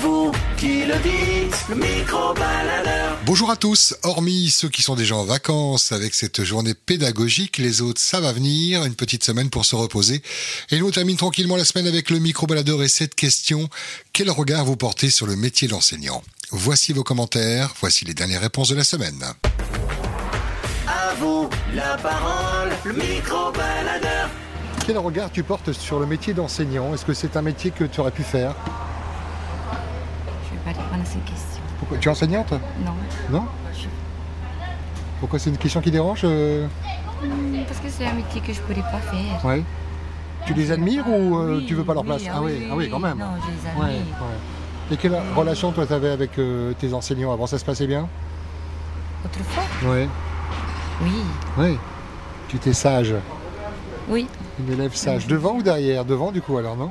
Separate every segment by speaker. Speaker 1: vous qui le dites, le micro-baladeur.
Speaker 2: Bonjour à tous. Hormis ceux qui sont déjà en vacances avec cette journée pédagogique, les autres, ça va venir. Une petite semaine pour se reposer. Et nous, on termine tranquillement la semaine avec le micro-baladeur et cette question. Quel regard vous portez sur le métier d'enseignant Voici vos commentaires. Voici les dernières réponses de la semaine.
Speaker 1: À vous la parole, le micro-baladeur.
Speaker 2: Quel regard tu portes sur le métier d'enseignant Est-ce que c'est un métier que tu aurais pu faire
Speaker 3: Je ne vais pas répondre à cette question.
Speaker 2: Pourquoi Tu es enseignante
Speaker 3: Non.
Speaker 2: Non Pourquoi c'est une question qui dérange euh
Speaker 3: Parce que c'est un métier que je ne pourrais pas faire.
Speaker 2: Ouais. Tu les admires ou euh,
Speaker 3: Oui,
Speaker 2: tu veux pas leur
Speaker 3: oui,
Speaker 2: place
Speaker 3: ah
Speaker 2: oui,
Speaker 3: oui,
Speaker 2: ah oui, quand même.
Speaker 3: non, je les
Speaker 2: Ouais,
Speaker 3: admire.
Speaker 2: ouais. Et quelle relation toi t'avais avec euh, tes enseignants avant Ça se passait bien
Speaker 3: Autrefois
Speaker 2: Oui.
Speaker 3: Oui.
Speaker 2: Oui. Tu étais sage,
Speaker 3: Oui.
Speaker 2: une élève sage. Devant ou derrière Devant du coup alors, non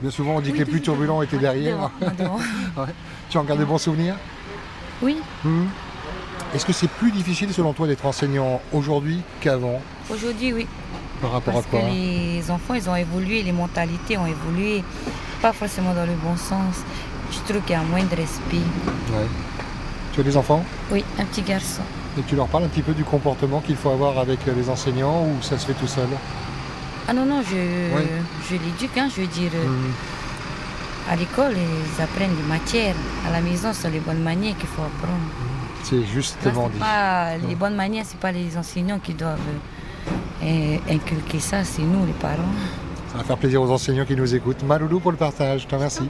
Speaker 2: Bien souvent on dit que les plus turbulents étaient derrière.
Speaker 3: Devant, devant.
Speaker 2: Ouais. Tu en gardes des bons souvenirs
Speaker 3: Oui.
Speaker 2: Mhm. Est-ce que c'est plus difficile selon toi d'être enseignant aujourd'hui qu'avant
Speaker 3: Aujourd'hui, oui.
Speaker 2: Par rapport
Speaker 3: Parce
Speaker 2: à
Speaker 3: que
Speaker 2: quoi
Speaker 3: les enfants, ils ont évolué, les mentalités ont évolué. Pas forcément dans le bon sens. Je trouve qu'il y a moins de respect.
Speaker 2: Ouais. Tu as des enfants
Speaker 3: Oui, un petit garçon.
Speaker 2: Et tu leur parles un petit peu du comportement qu'il faut avoir avec euh, les enseignants ou ça se fait tout seul
Speaker 3: Ah non, non, je,
Speaker 2: Oui.
Speaker 3: je l'éduque, hein, je veux dire.
Speaker 2: Mhm.
Speaker 3: À l'école, ils apprennent des matières. À la maison, ce sont les bonnes manières qu'il faut apprendre.
Speaker 2: C'est
Speaker 3: Ça,
Speaker 2: justement
Speaker 3: c'est
Speaker 2: dit.
Speaker 3: pas
Speaker 2: Non.
Speaker 3: les bonnes manières, c'est pas les enseignants qui doivent euh, euh, inculquer ça, c'est nous les parents.
Speaker 2: Ça va faire plaisir aux enseignants qui nous écoutent. Maloulou pour le partage, je te remercie.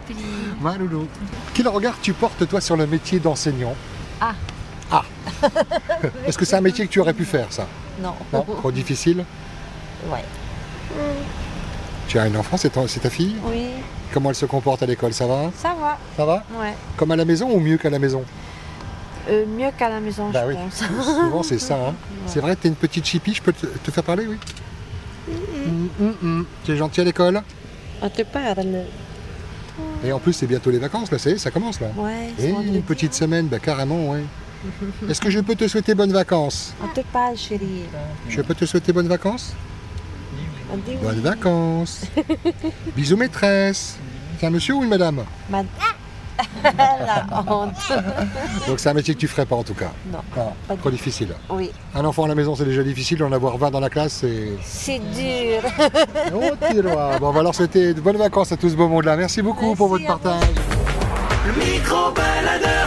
Speaker 2: Maloulou. Quel regard tu portes toi sur le métier d'enseignant
Speaker 4: Ah.
Speaker 2: Ah Est-ce que c'est un métier que tu aurais pu faire ça
Speaker 4: Non.
Speaker 2: Non Trop difficile
Speaker 4: Ouais.
Speaker 2: Tu as une enfant, c'est ton- c'est ta fille
Speaker 4: Oui,
Speaker 2: Comment elle se comporte à l'école Ça va
Speaker 4: ça va.
Speaker 2: Ça va
Speaker 4: Ouais.
Speaker 2: Comme à la maison ou mieux qu'à la maison
Speaker 4: Euh, mieux qu'à la maison,
Speaker 2: Bah
Speaker 4: je
Speaker 2: oui.
Speaker 4: pense.
Speaker 2: Souvent c'est ça. hein. C'est vrai, t'es une petite chipie, je peux te, te faire parler, oui Mm, mm, mm. Tu es gentil à l'école
Speaker 4: On te parle.
Speaker 2: Et en plus c'est bientôt les vacances, là, ça y est, ça commence là.
Speaker 4: Ouais, c'est
Speaker 2: Et
Speaker 4: vendredi.
Speaker 2: une petite semaine, bah carrément, ouais. Est-ce que je peux te souhaiter bonnes vacances
Speaker 4: On te parle, chérie.
Speaker 2: Je peux te souhaiter bonnes vacances
Speaker 4: On dit oui.
Speaker 2: Bonnes vacances Bisous maîtresse C'est un monsieur ou une madame
Speaker 4: Ma- La honte.
Speaker 2: Donc c'est un métier que tu ferais pas en tout cas.
Speaker 4: Non,
Speaker 2: Ah,
Speaker 4: pas du
Speaker 2: trop
Speaker 4: tout.
Speaker 2: difficile.
Speaker 4: Oui.
Speaker 2: Un enfant à la maison c'est déjà difficile, en avoir 20 dans la classe c'est...
Speaker 4: C'est dur.
Speaker 2: Oh, t'es loin. Bon, on va leur souhaiter de bonnes vacances à tout ce beau monde-là. Merci beaucoup pour votre
Speaker 4: Merci à vous.
Speaker 2: partage
Speaker 1: Le micro-baladeur.